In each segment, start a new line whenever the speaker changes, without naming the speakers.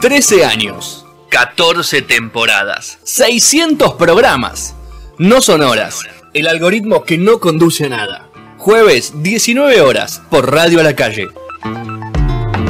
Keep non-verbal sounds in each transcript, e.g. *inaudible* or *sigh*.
13 años, 14 temporadas, 600 programas, no son horas, el algoritmo que no conduce a nada. Jueves, 19 horas, por Radio a la Calle.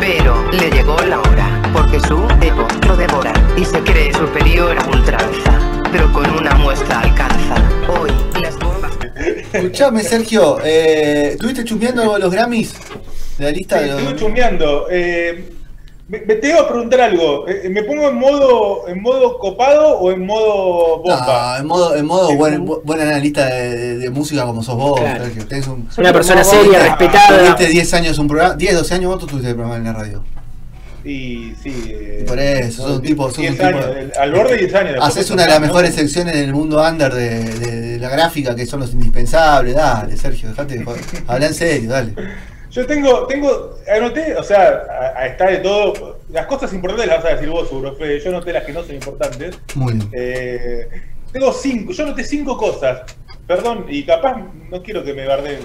Pero le llegó la hora, porque su ego lo devora y se cree superior a ultranza, pero con una muestra alcanza. Hoy las bombas.
Escuchame, Sergio, eh, ¿estuviste chumbeando algo de los Grammys? De la lista de los.
Estuve chumbeando. eh, me, me te iba a preguntar algo. Eh, ¿Me pongo en modo, en modo copado o en modo bomba?
Ah, en modo, en modo buen, bu- buen analista de, de- de música como sos vos,
Claro.
Sergio. Tenés un-
Una persona
vos
seria,
tuviste-
respetada.
Tuviste 10 años un programa. 10, 12 años, ¿cuánto tuviste de programa en la radio?
Y sí. eh,
Por eso, sos un tipo- sos un
10
tipo-
años, el- al borde de 10 años. después
Haces
te
una de las
tocás, ¿no?
mejores secciones del mundo under de, de- de la gráfica, que son los indispensables. Dale, Sergio, dejate de joder. Habla en serio, dale.
Yo tengo, tengo, anoté, o sea, a- a- está de todo. Las cosas importantes las vas a decir vos, seguro, Fede. Yo anoté las que no son importantes.
Muy bien.
Eh, tengo cinco, yo anoté cinco cosas. Perdón, y capaz no quiero que me bardeen.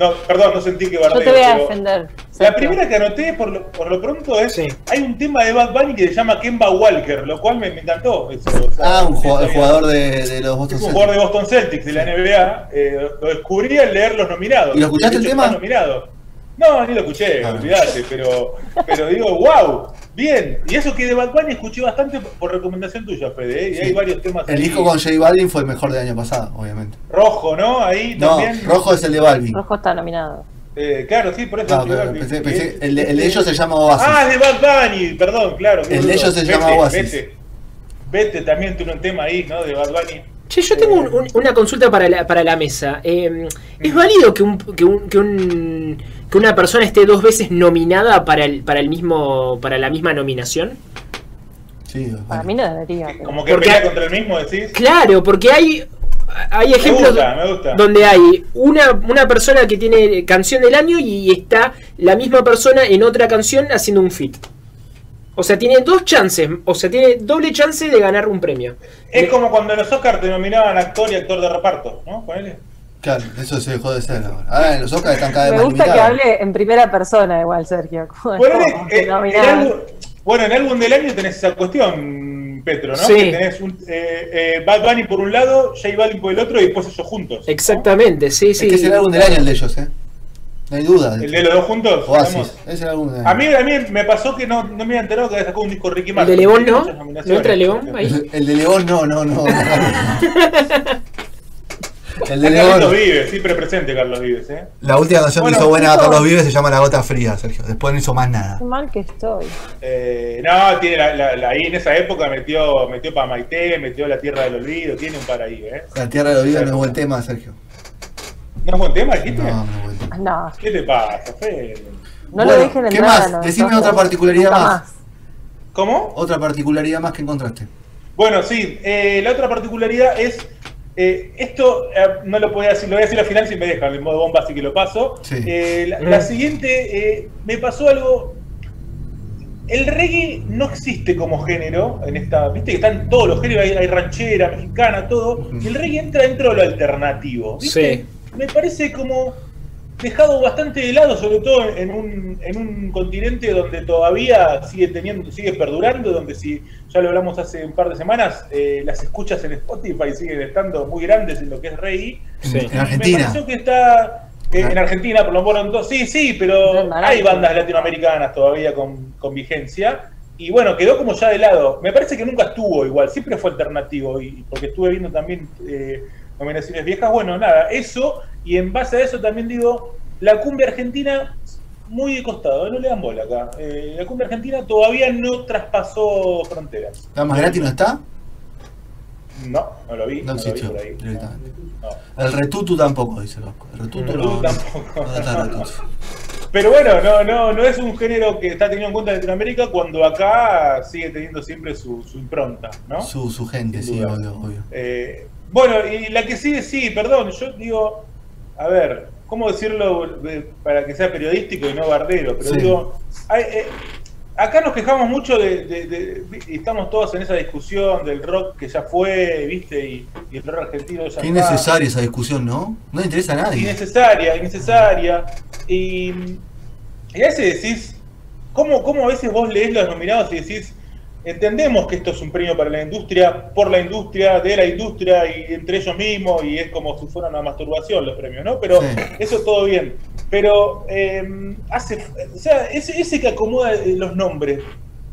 No, perdón, no sentí que bardeen.
Yo te voy a
pero
defender.
La
Sergio.
primera que anoté, por lo, por lo pronto, es.
Sí.
Hay un tema de Bad Bunny que se llama Kemba Walker, lo cual me, me encantó. eso, o sea,
Ah, un ju- el
sabía.
jugador de, de los Boston
Es un jugador de
Celtics.
Boston Celtics de la NBA. eh, lo descubrí al leer los nominados.
¿Y lo escuchaste
De hecho,
el tema?
está nominado. No, ni lo escuché,
Ah.
olvidate, pero, pero digo, wow, bien. Y eso que de Bad Bunny escuché bastante por recomendación tuya, Fede, ¿eh? y
Sí.
hay varios temas.
El
ahí.
disco con J Balvin fue el mejor del año pasado, obviamente.
Rojo, ¿no? Ahí
No,
también.
rojo es el de Balvin.
Rojo está nominado.
Eh, claro, sí, por eso.
No, pero
que-
pensé-
que-
pensé- el, de, el de ellos se llama Oasis.
Ah, es de Bad Bunny, perdón, claro. qué
El de
boludo.
ellos se
Vete,
llama Oasis.
Vete, Vete, también tiene un tema ahí, ¿no? De Bad Bunny.
Che, yo tengo un- un- una consulta para la, para la mesa. Eh, ¿Es
Mm.
válido que, un, que, un- que un- que una persona esté dos veces nominada para, el, para, el mismo, para la misma nominación?
Sí,
Para
Balvin.
mí no debería. pero-
Como que
Porque-
pelea contra el mismo, decís.
Claro, porque hay, hay
Me
ejemplos
gusta, me gusta.
donde hay una, una persona que tiene canción del año y está la misma persona en otra canción haciendo un fit. O sea, tiene dos chances, o sea, tiene doble chance de ganar un premio.
Es como cuando en los Oscars te nominaban actor y actor de reparto, ¿no? Ponele.
Claro, eso se dejó de ser ahora. Ahora en los Oscars están cada vez
Me
más
gusta que
limitados.
hable en primera persona igual, Sergio. *laughs* como-
Ponele,
como
eh,
que
el
nominado.
álbum- bueno, en álbum del año tenés esa cuestión, Petro, ¿no?
Sí.
Que tenés un, eh, eh, Bad Bunny por un lado, J Balvin por el otro y después ellos juntos. ¿no?
Exactamente, sí,
Es
sí.
que es el álbum del año el de ellos, ¿eh? No hay duda.
El de los dos juntos.
Oasis.
digamos.
Es el álbum del año.
A mí, a mí me pasó que no, no me había enterado que había sacado un disco Ricky Martin.
de León, ¿no?
Muchas nominaciones.
¿No entra León ahí?
El, el de León, no, no, no.
*laughs*
el de
Carlos
León.
Vives, siempre presente Carlos Vives, ¿eh?
La última canción
Bueno,
que hizo buena a
justo-
Carlos Vives se llama La Gota Fría, Sergio. Después no hizo más nada.
Qué mal que estoy.
Eh, no, tiene la, la- la- ahí en esa época metió, metió para Maite, metió La Tierra del Olvido, tiene un par ahí, ¿eh?
La Tierra de los Vives no es buen tema, Sergio.
¿No es buen tema, dijiste?
No, no es buen tema.
Ah, No,
¿Qué te pasa, Fede?
no
Bueno,
lo dejen
¿qué
en
más? Decime otra particularidad más.
¿Cómo?
Otra particularidad más que encontraste.
Bueno, sí, eh, la otra particularidad es. eh, esto eh, no lo podía decir, lo voy a decir al final si me dejan, en modo bomba, así que lo paso.
Sí.
Eh, la, la
Mm.
siguiente, eh, me pasó algo. El reggae no existe como género en esta. Viste que están todos los géneros, hay, hay ranchera, mexicana, todo.
Ujú.
Y el reggae entra dentro de lo alternativo. ¿viste?
Sí.
Me parece como dejado bastante de lado, sobre todo en un, en un continente donde todavía sigue teniendo, sigue perdurando, donde si ya lo hablamos hace un par de semanas, eh, las escuchas en Spotify siguen estando muy grandes en lo que es rey.
Sí.
En Argentina.
Me pareció que está eh, en Argentina, por lo menos, sí, sí, pero hay bandas latinoamericanas todavía con, con vigencia. Y bueno, quedó como ya de lado. Me parece que nunca estuvo igual, siempre fue alternativo, y porque estuve viendo también eh, nominaciones viejas. Bueno, nada, eso, y en base a eso también digo, la cumbia argentina muy de costado, no le dan bola acá. Eh, la cumbia argentina todavía no traspasó fronteras.
¿La más gratis no está?
No, no lo vi.
No
lo vi
existió.
por ahí.
directamente.
No.
El retutu tampoco, dice loco. El retutu
Tú
no.
tampoco.
No está el retutu.
Pero bueno, no, no, no es un género que está tenido en cuenta en Latinoamérica cuando acá sigue teniendo siempre su, su impronta, ¿no?
Su, su gente,
Sin
sí,
duda.
obvio, obvio.
Eh, bueno, y la que sigue, sí, perdón, yo digo, a ver, ¿cómo decirlo eh, para que sea periodístico y no bardero? Pero
Sí.
digo, hay, eh, acá nos quejamos mucho de, de- de- y estamos todos en esa discusión del rock que ya fue, ¿viste? Y, y el rock argentino ya
Qué
está.
innecesaria esa discusión, ¿no? No le interesa a nadie.
Innecesaria, innecesaria. Y, y a veces decís, ¿cómo, ¿cómo a veces vos lees los nominados y decís, entendemos que esto es un premio para la industria, por la industria, de la industria y entre ellos mismos, y es como si fuera una masturbación los premios, ¿no? Pero
Sí.
eso todo bien. Pero eh, hace, o sea, ese, ese que acomoda eh, los nombres.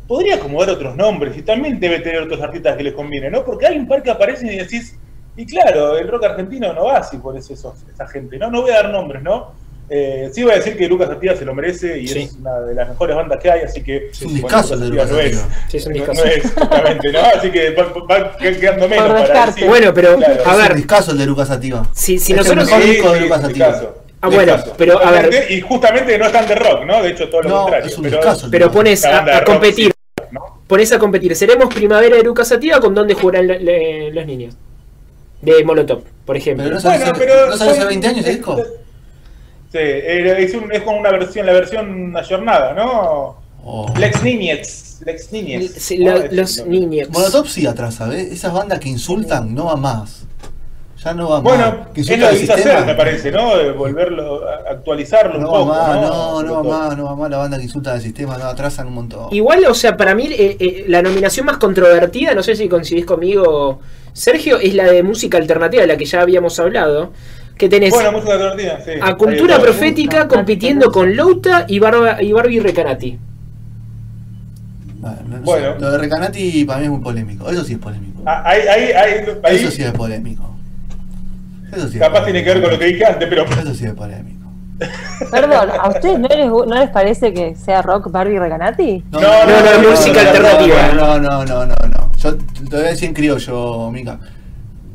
Podría acomodar otros nombres y también debe tener otros artistas que les conviene, ¿no? Porque hay un par que aparecen y decís, y claro, el rock argentino no va así por eso esos- esa gente, ¿no? No voy a dar nombres, ¿no? Eh, sí voy a decir que Lucas Artigas se lo merece y
Sí.
es una de las mejores bandas que hay, así que...
Es un
bueno,
discazo el de Lucas
Artigas no es.
Artigas.
Sí, es un
No, no
discazo.
es, justamente, ¿no? Así que va, va quedando menos
Por
para
descarte.
decir.
Bueno, pero,
Claro.
a
Es un
ver,
discazo el de Lucas Ativa.
si, si
Es el
nosotros...
mejor disco de
sí,
Lucas
sí,
Ativa.
discazo.
Ah, bueno,
Discazo.
pero a ver,
Totalmente, Y justamente no están de rock, ¿no? De hecho, todo lo
No,
contrario.
es un
pero-
discazo.
Pero pones
La
a,
banda
a
de rock,
competir.
¿no?
Pones a competir. Seremos primavera de Lucas Sativa con dónde jugarán la- la- los niños. De Molotov, por ejemplo.
Pero no salió
Bueno,
hace-
pero.
¿no salió hace
son-
20 años el disco.
Sí, era- es, un- es como una versión, la versión ayornada, ¿no?
Oh.
Lex Niñez. Lex Niñez.
Sí, la-
Ah, es-
los
no.
niños.
Molotov sí atrasa, ¿ves? Esas bandas que insultan no van más. Ya no van
Bueno,
más.
es
insultan
lo que
al
quiso
sistema.
hacer, me parece, ¿no? De volverlo, a- actualizarlo un
No va
poco.
más,
¿no?
no, no va
Sobre todo.
más, no va más la banda que insulta al sistema, no atrasan un montón.
Igual, o sea, para mí eh, eh, la nominación más controvertida, no sé si coincidís conmigo, Sergio, es la de música alternativa, la que ya habíamos hablado. Que tenés
Bueno, música divertida, sí.
a Cultura
Ahí está.
Profética compitiendo con Louta y, Barba- y Barbie Recanati.
Bueno, no sé.
Bueno.
Lo de Recanati para mí es muy polémico. Eso sí es polémico.
Ah, Ahí, ahí, ahí, ahí
Eso sí es polémico. Eso sí es
capaz tiene que ver con lo que dije antes, pero.
polémico. Eso sí es polémico.
Perdón, ¿a ustedes no les, no les parece que sea rock Barbie Reganati?
No, no,
no, música alternativa.
No, no, no, no, no. Yo te lo voy a decir en criollo, Mica.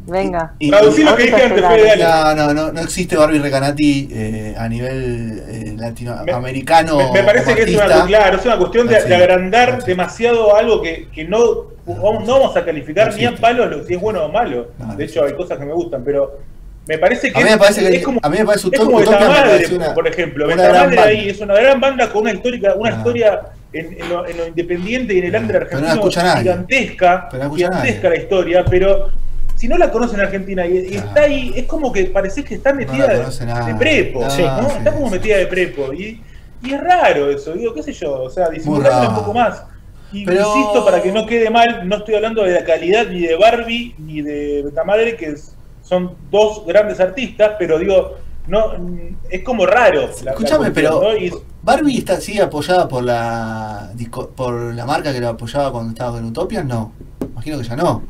Venga.
Y-
Traducí lo que dije antes, Fede, dale.
No, no, no, no existe Barbie Recanati eh, a nivel eh, latinoamericano.
Me, me parece
como
que es una,
artista.
cu- claro, es una cuestión de,
Así,
de agrandar
así.
demasiado algo que, que no, vamos- no vamos a calificar
No
ni a
existe.
palos lo- si es bueno o malo.
No, no
de hecho, hay cosas que me gustan, pero me parece que,
A mí me parece que-
es como,
a mí me parece
es
Utop-
como
Utopia
Beta
me
Madre,
parece una-
por ejemplo.
una
Beta
gran
Madre
banda.
ahí es una gran banda con una, histórica, una
Ah.
historia en, en lo, en lo independiente y en el
Ah,
under
pero no la
argentino
escucha nadie.
gigantesca,
Pero no escucha
gigantesca
nadie.
la historia, pero si no la conocen en Argentina y, y
Claro.
está ahí, es como que parece que está metida
la
de-
conoce
de,
nadie. Ah,
prepo,
Sí.
¿no?
Sí,
está como
sí.
metida de prepo y, y es raro eso, digo, qué sé yo, o sea,
Muy
disimularla
raro.
un poco más. Y
Pero-
insisto, para que no quede mal, no estoy hablando de la calidad ni de Barbie ni de Betamadre, que es- son dos grandes artistas, pero digo, no mm, es como raro. la- la
Escúchame,
cuestión,
pero
¿no? Y-
Barbie está sigue apoyada por la disco- por la marca que lo apoyaba cuando estaba con Utopias, no. Imagino que ya no.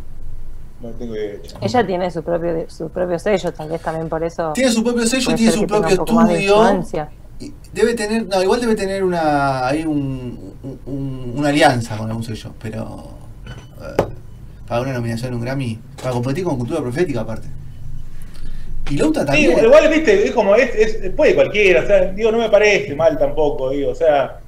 no tengo idea, chao.
Ella tiene su propio, su propio sello, tal vez también por eso.
Tiene su propio sello,
puede
tiene
ser
su
que tenga
propio
un poco más de
estudio.
influencia.
y Debe tener, no, igual debe tener una ahí un, un- un- una alianza con algún sello, pero eh, para una nominación en un Grammy, para competir con Cultura Profética aparte. Y Louta
Sí,
también.
igual, viste, es como, es, es- puede cualquiera, o sea, digo, no me parece mal tampoco, digo, o sea,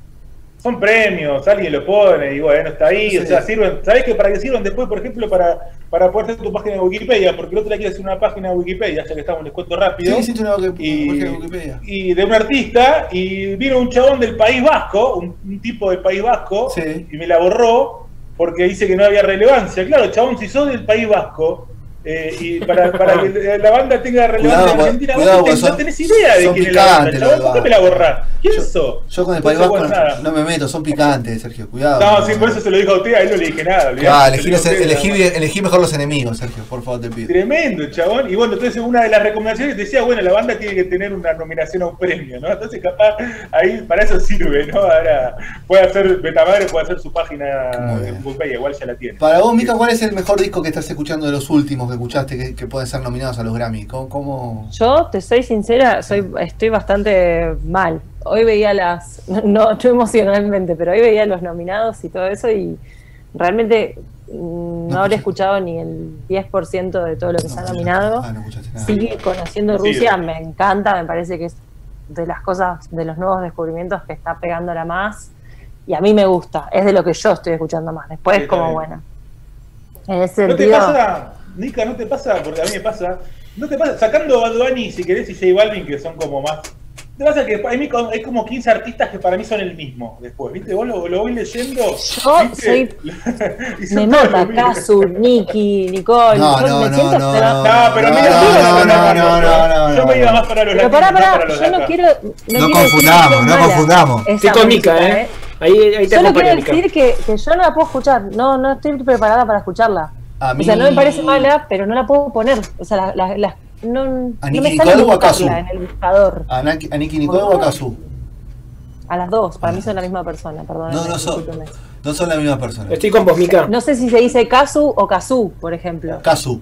son premios, alguien lo pone, y bueno, está ahí,
Sí.
o sea, sirven, ¿sabés que para qué sirven después, por ejemplo, para, para poder hacer tu página de Wikipedia? Porque el otro le quiere hacer una página de Wikipedia, ya que estamos, les cuento rápido.
Sí, hiciste una Wiki-
y,
una Wikipedia.
y de un artista, y vino un chabón del País Vasco, un, un tipo del País Vasco,
Sí.
y me la borró porque dice que no había relevancia. Claro, chabón, si sos del País Vasco, eh, y para,
*laughs*
para que la banda tenga relevancia
Cuidado,
en Argentina,
cuidado,
vos
porque
no ten- no
son-
tenés idea de
son
quién es la banda,
picantes
chabón,
los
¿por qué me la borrás? ¿Quién sos?
Yo con el País
Entonces,
Vasco
bueno, nada.
no, no me meto, son picantes, Sergio, cuidado.
No, sí, por eso se lo dijo a usted, a él no le dije nada. olvidate,
Ah,
se lo
elegí,
dijo a
los-
usted,
elegí
nada más.
bien- elegí mejor los enemigos, Sergio, por favor, te pido.
Tremendo, chabón. Y bueno, entonces una de las recomendaciones decía, bueno, la banda tiene que tener una nominación a un premio, ¿no? Entonces capaz ahí para eso sirve, ¿no? Ahora puede hacer, Betamadre puede hacer su página
Muy
en
bien.
Wikipedia, igual ya la tiene.
Para vos, Mica, ¿cuál es el mejor disco que estás escuchando de los últimos que escuchaste que, que pueden ser nominados a los Grammy? ¿Cómo, cómo-
Yo, te soy sincera, soy, estoy bastante mal. Hoy veía las, no, *laughs* no emocionalmente, pero hoy veía los nominados y todo eso y realmente mm, no habré escuchado ni el 10% de todo lo que
pues, no, ah,
se
escuchaste-
ha nominado.
Ah, no escuchaste nada.
Sí, conociendo
Sí.
Rusia, me encanta, me parece que es de las cosas, de los nuevos descubrimientos que está pegándola más. Y a mí me gusta, es de lo que yo estoy escuchando más. Después,
Sí, está
como
bien.
bueno. En ese
¿No te
sentido.
pasa, Nica, no te pasa? Porque a mí me pasa. ¿No te pasa? Sacando Bad Bunny, si querés, y J Balvin, que son como más. Te pasa que hay, mi- hay como 15 artistas que para mí son el mismo después, ¿viste? Vos lo, lo voy leyendo.
Yo
¿viste? *laughs* Y son
Me
todos
nota,
los mismos.
Casu, Nicky, Nicole.
No,
yo
no,
me
no,
siento
no,
pero-
No, pero
No,
mira,
no,
tú
no,
vas a
no, no,
los latinos,
no,
yo
no,
me iba
no.
más para los
Pero
latinos,
pará,
no
pará,
para los
yo no
acá.
quiero.
No
quiero decir
confundamos,
que es
no
mala
confundamos.
esa
Estoy con Mica,
música,
¿eh? Ahí, ahí te
Solo
acompaño,
quiero
Mica.
decir que, que yo no la puedo escuchar. No, no estoy preparada para escucharla.
A mí-
O sea, no me parece mala, pero no la puedo poner. O sea, la, la- la- no, no
¿A
me
Nicki
sale
Nicole o a
buscarla
Casu?
en el buscador.
A, Ah, Naki- a Nicky Nicole o a Kazu.
A las dos, para mí son la misma persona, perdón.
Ah. No, no son, no son la misma persona.
Estoy con vos, Mica.
No sé si se dice Casu o Casu, por ejemplo.
Kazu.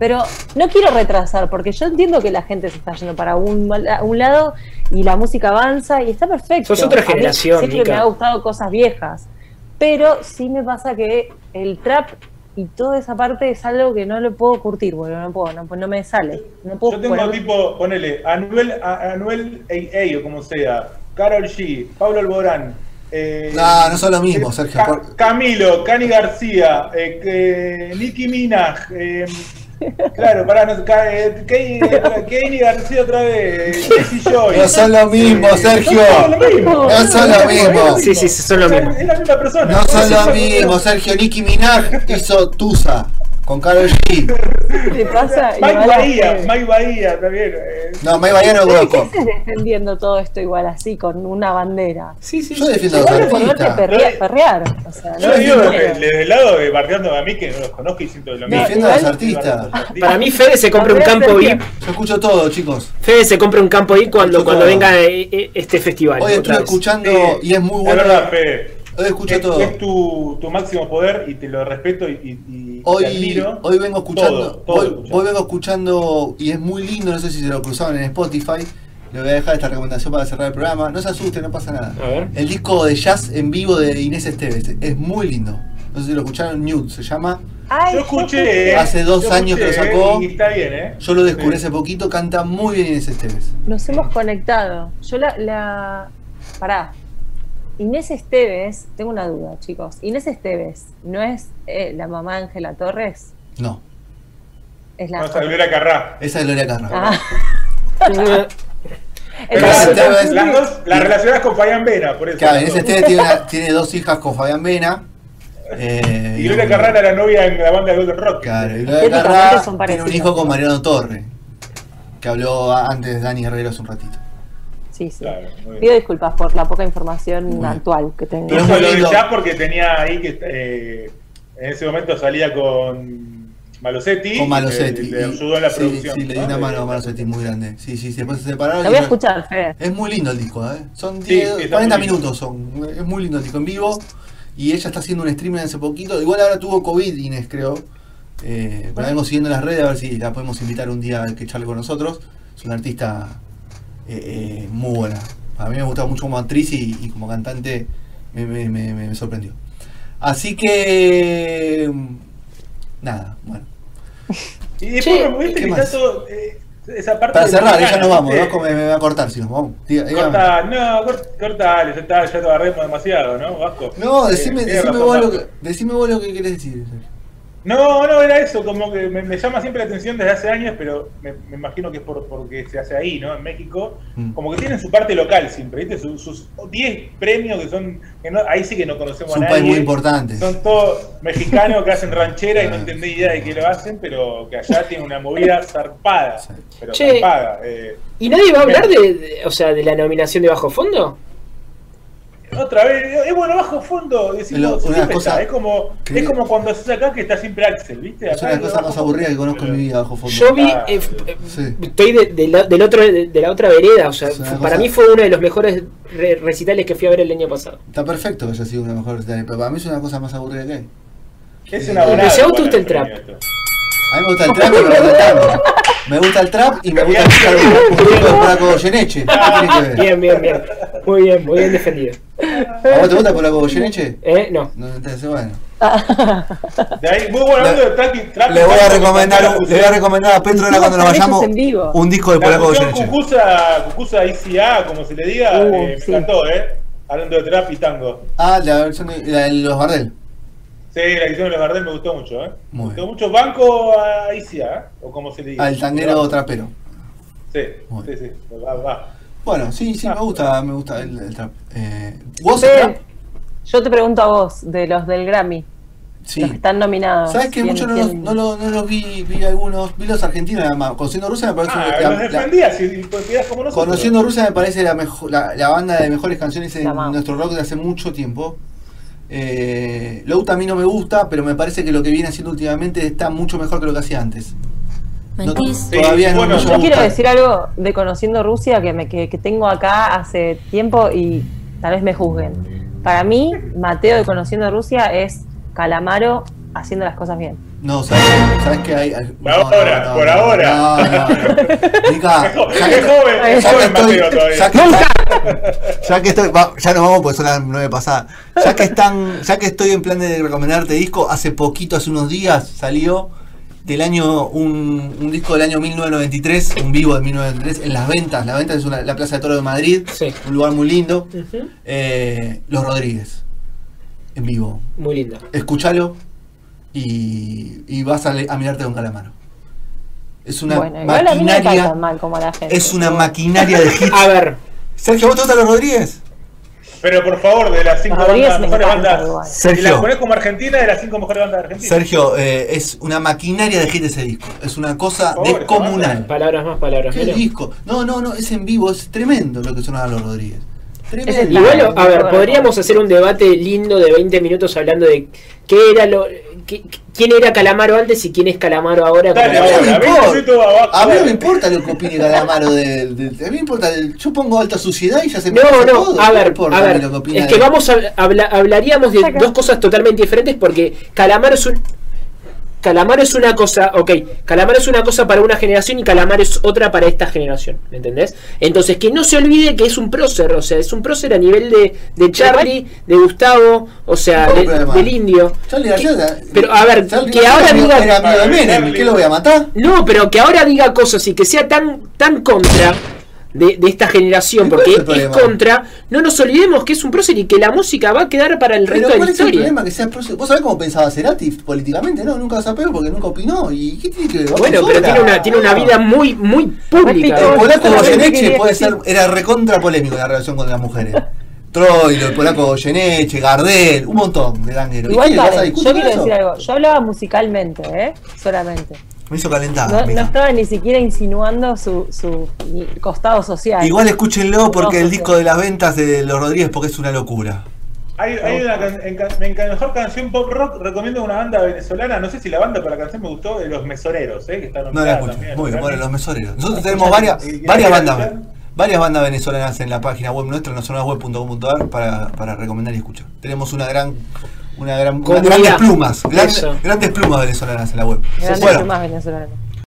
Pero no quiero retrasar, porque yo entiendo que la gente se está yendo para un, a un lado y la música avanza y está perfecto.
Sos otra
A mí
generación,
Siempre
Mica.
me ha gustado cosas viejas. Pero sí me pasa que el trap y toda esa parte es algo que no lo puedo curtir, boludo. No puedo, no, no me sale. No puedo
Yo tengo
poner- *laughs*
tipo, ponele, Anuel, a- Anuel AA o como sea, Carol G, Pablo Alborán. eh,
Ah, No, no son lo mismo, Sergio.
Ca-
por-
Camilo, Cani García, eh, que- Nicki Minaj. eh, claro, pará, no, Ca- eh, Kay- eh, Kanye García otra vez, eh, Jesse Joy.
No son lo mismo, Sergio.
son lo mismo.
No son lo mismo.
Sí, sí, sí, son lo
O sea,
mismo.
Es la misma persona.
No son
Sí,
lo
sí,
mismo, Sergio. Nicki Minaj hizo Tusa con Karol G.
*laughs*
¿Te pasa?
Mike
Igual- este-
Bahía, Mike Bahía también. eh.
No, me Bahía no
¿Por qué
conozco.
estás defendiendo todo esto igual así, con una bandera?
Sí, sí.
Yo defiendo a los
Igual es volverte a
artistas.
perrea- perrear. O sea, no
Yo
lo
digo que
entiendo.
desde el lado de bardeando a mí que no los conozco y siento lo mismo.
Defiendo a los artistas.
Para mí, Fede se compra un
Andrea
campo
Sergio.
VIP.
Yo escucho todo, chicos.
Fede se compra un campo ahí cuando,
Yo
cuando
todo.
venga eh, eh, este festival.
Hoy
otra
estoy
vez.
escuchando
Eh,
y es muy
Es
bueno.
verdad, Fede.
Hoy escucho
es,
todo.
es tu, tu máximo poder y te lo respeto y, y- y te
Hoy,
admiro.
hoy vengo escuchando,
Todo, todo
hoy,
escuchando.
hoy vengo escuchando y es muy lindo, no sé si se lo cruzaron en Spotify. Le voy a dejar esta recomendación para cerrar el programa. No se asusten, no pasa nada.
A ver.
El disco de jazz en vivo de Inés Esteves es muy lindo. No sé si lo escucharon, Nude se llama.
Ay,
Yo escuché. eh,
Hace dos
yo
años que lo
escuché,
sacó.
Y está bien, ¿eh?
Yo lo descubrí
Sí.
hace poquito, canta muy bien Inés Esteves.
Nos hemos conectado. Yo la, la. Pará. Inés Esteves, tengo una duda, chicos. Inés Esteves, ¿no es eh, la mamá de Ángela Torres?
No,
Es la.
Vamos a volver a Carrá.
esa es Gloria Carra.
*laughs* Ah.
Pero
Inés
las-
Esteves-
las, dos las relacionás con Fabián Vena, por eso.
Claro,
las
Inés
dos.
Esteves tiene, una- tiene dos hijas con Fabián Vena. Eh,
Y Gloria Carrá era la novia en la banda de Golden Rock.
Claro, y Gloria
Estéticamente
Carrá
son
tiene
parecidos,
un hijo con
¿no?
Mariano Torre, que habló a- antes de Dani Herrero hace un ratito.
sí, sí.
Claro, muy bien.
Pido disculpas por la poca información actual que tengo.
Pero es
Hizo
muy
lo de
lindo.
Jazz porque tenía ahí que eh, en ese momento salía con Malosetti.
Con Malosetti.
eh, le
y-
ayudó en la
sí,
producción.
Sí, le di
¿no?
una mano a
Eh,
Malosetti muy grande. Sí, sí, sí, después se separaron.
La
y
voy a
bueno,
escuchar, Fede.
Es muy lindo el disco, ¿eh? Son
Sí,
10,
sí, está
40
muy lindo.
minutos, son. Es muy lindo el disco en vivo. Y ella está haciendo un streaming hace poquito. Igual ahora tuvo COVID, Inés, creo. Eh, pero la vengo siguiendo en las redes a ver si la podemos invitar un día a que charle con nosotros. Es una artista eh, eh, muy buena. A mí me gusta mucho como actriz y, y como cantante me, me- me- me- me sorprendió. Así que. Nada, bueno.
Y después, viste,
¿qué
que
más?
está todo, eh, esa parte
Para
de
cerrar,
Mecano,
ya nos vamos.
¿viste?
Rosco me, me va a cortar si nos vamos. Diga- dígame.
Corta, no, cort- cortale, ya está, ya te agarremos demasiado, ¿no, Vasco?
No,
Eh,
decime,
tenés
decime,
razón,
vos lo
Vasco.
que, decime vos lo que querés decir.
No, no, era eso, como que me, me llama siempre la atención desde hace años, pero me, me imagino que es por, porque se hace ahí, ¿no? En México,
Mm.
como que tienen su parte local siempre, ¿viste? Sus- sus 10 premios que son, que no- ahí eh, sí que no conocemos
Son
a nadie.
país muy importantes. Ah,
Son todos mexicanos que hacen ranchera y no
Claro.
entendí idea de qué lo hacen, pero que allá tienen
*laughs*
una movida zarpada,
Sí.
pero
Che.
zarpada. eh.
¿Y nadie va a hablar de, de- o sea, de la nominación de Bajo Fondo?
Otra vez, es bueno, bajo fondo,
Pero
decimos,
una
siempre
cosa
está, es como,
que-
es como cuando haces acá que está siempre Axel, ¿viste?
Es
Acá
una
lo
cosa
bajo
más
fondo,
aburrida que conozco en
pero-
mi vida bajo fondo.
Yo vi.
Ah,
eh, eh,
Sí.
Estoy de, de la, del otro, de, de la otra vereda, o sea,
Es una
para
cosa-
mí fue uno de los mejores re- recitales que fui a ver el año pasado.
Está perfecto que haya sido una mejor recital, pero para mí es una cosa más aburrida que hay.
Es una
Empecé
volada,
auto
igual,
usted
Antonio,
el trap.
esto.
A mí me gusta el trap, pero me gusta el tango. Me gusta el trap y me gusta
Ah,
escuchar un un disco de Franco Goyeneche. ¿Qué tiene que ver?
Bien, bien, bien. Muy bien, muy bien defendido.
¿A vos te gusta Polaco Goyeneche?
Eh, no.
No, entonces, bueno.
De ahí, muy bueno,
Le-
hablando de Taki Trapi,
Le voy a
Taki,
recomendar,
Taki,
le voy a recomendar a Petrola
Hicimos
cuando nos
tres
vayamos
en vivo.
un disco de
La
Polaco
canción
Goyeneche.
Cucusa, Cucusa ICA, como se le diga,
Uh,
eh, me
sí.
encantó, ¿eh? Hablando de trap y tango.
Ah, la versión de la de los Bardel.
Sí, la que hicieron los Gardel me gustó mucho, ¿eh? Me
Muy
gustó
bien.
mucho banco a ICA, ¿eh? O como se le diga.
Al tanguero trapero.
Sí,
Muy
sí, sí. Va, va.
Bueno, sí, sí,
Ah.
me gusta, me gusta el, el trap. Eh, ¿Vos
Fede,
trap?
yo te pregunto a vos, de los del Grammy, los que
Sí.
están nominados.
¿Sabes que
¿quién-
muchos no, los-
quién-
no, los- no los vi? Vi algunos, vi los argentinos nada más. Conociendo Rusia me parece
Ah,
la-
los
la-
defendías si pues, quedás como nosotros.
Conociendo Rusia me parece la, mejo- la, la banda de mejores canciones en
La amamos.
nuestro rock de hace mucho tiempo. Eh, Lout a mí no me gusta, pero me parece que lo que viene haciendo últimamente está mucho mejor que lo que hacía antes. No-
Sí,
todavía no
bueno,
nos
yo
Yo
gusta.
quiero decir algo de Conociendo Rusia que, me, que, que tengo acá hace tiempo y tal vez me juzguen. Para mí, Mateo de Conociendo Rusia es Calamaro haciendo las cosas bien.
No, sabes, sabes que hay. hay-
Por
no,
ahora,
no, no,
por
no,
ahora.
No, no, no. Mica,
*laughs* *laughs* Es joven,
ya que-
es joven, es
ya que
joven
estoy-
Mateo todavía.
ya que- Ya que estoy, va- ya nos vamos porque son las nueve pasadas. Ya que están, ya que estoy en plan de recomendarte disco, hace poquito, hace unos días salió del año un, un disco del año 1993, un vivo de 1993 en las ventas. Las ventas es una- la Plaza de Toro de Madrid,
Sí.
un lugar muy lindo.
Ujú.
Eh, Los Rodríguez en vivo.
Muy lindo.
Escúchalo y, y vas a, le- a mirarte con calamaro. Es una
bueno, igual a mí no me cae
maquinaria,
tan mal como a la gente.
es una maquinaria de
*laughs*
hits.
A ver,
Sergio, ¿vos te gustan Los Rodríguez?
Pero por favor, de las cinco
Rodríguez
bandas,
me
mejores
encanta
bandas.
igual.
Si las
Sergio.
ponés como Argentina, de las cinco mejores bandas de Argentina.
Sergio, eh, es una maquinaria de hit ese disco. Es una cosa
Por favor,
descomunal.
palabras más, palabras
¿Qué
menos.
disco? No, no, no, es en vivo, es tremendo lo que sonaba los Rodríguez.
Es el
Tremendo.
Igual, a ver,
Bueno.
podríamos hacer un debate lindo de 20 minutos hablando de qué era lo, qué- quién era Calamaro antes y quién es Calamaro ahora.
Dale,
A mí
Como-
no
ahora,
me
veinte
importa.
minutos abajo.
A mí no me importa lo que opine Calamaro del. del- a mí me importa. el- yo pongo alta suciedad y ya se me
No,
pasa
no,
todo.
a
me
ver,
importa
a
mí
ver,
lo que opina
es que
él.
vamos a habla- hablaríamos de
Saca.
dos cosas totalmente diferentes porque Calamaro es un Calamaro es una cosa, ok, Calamaro es una cosa para una generación y Calamaro es otra para esta generación, ¿me entendés? Entonces, que no se olvide que es un prócer, o sea, es un prócer a nivel de, de Charlie, de Gustavo, o sea,
No hay
de-
problema.
del indio.
Charlie
Que-
García.
pero, a ver,
Charlie
que
García
ahora
era amigo-
diga-
Era amigo de Menem, ¿qué lo voy a matar?
No, pero que ahora diga cosas y que sea tan, tan contra de, de esta generación,
¿Y
porque
cuál es
es,
el problema?
contra, no nos olvidemos que es un prócer y que la música va a quedar para el
Pero
resto de
¿cuál
la
es el
historia.
problema que sea prócer? ¿Vos sabés cómo pensaba Cerati políticamente? No, nunca sapeo porque nunca opinó. ¿Y qué tiene que ver?
Bueno, pero tiene una, tiene una vida muy, muy pública.
El
Todo
polaco
lo que
Goyeneche
quería
puede
decir.
ser, era recontra polémico la relación con las mujeres. Troilo, el polaco Goyeneche, Gardel, un montón de gangueros. ¿Y
Igual,
qué, le vas a
paren,
discutir
yo quiero
eso?
decir algo. Yo hablaba musicalmente, ¿eh? Solamente.
Me hizo calentar.
No, no
Ah, mira.
estaba ni siquiera insinuando su, su costado social.
Igual escúchenlo porque
No,
el
no sé.
disco de las ventas de los Rodríguez porque es una locura.
Hay, hay una can- en can- en can- mejor canción pop rock, recomiendo una banda venezolana, no sé si la banda pero la canción me gustó, de Los Mesoreros, ¿eh? que está
No la
nominada
escucho.
también.
Muy bien, bueno,
¿verdad?
los mesoreros. Nosotros tenemos varias,
¿Y qué
varias
hay que
bandas.
escuchar?
Varias bandas venezolanas en la página web nuestra, nosonorasweb.com.ar, para, para recomendar y escuchar. Tenemos una gran, una gran,
Comunidad.
grandes plumas, gran-
Eso.
grandes plumas venezolanas en la web.
Grandes
Bueno,
temas venezolanos.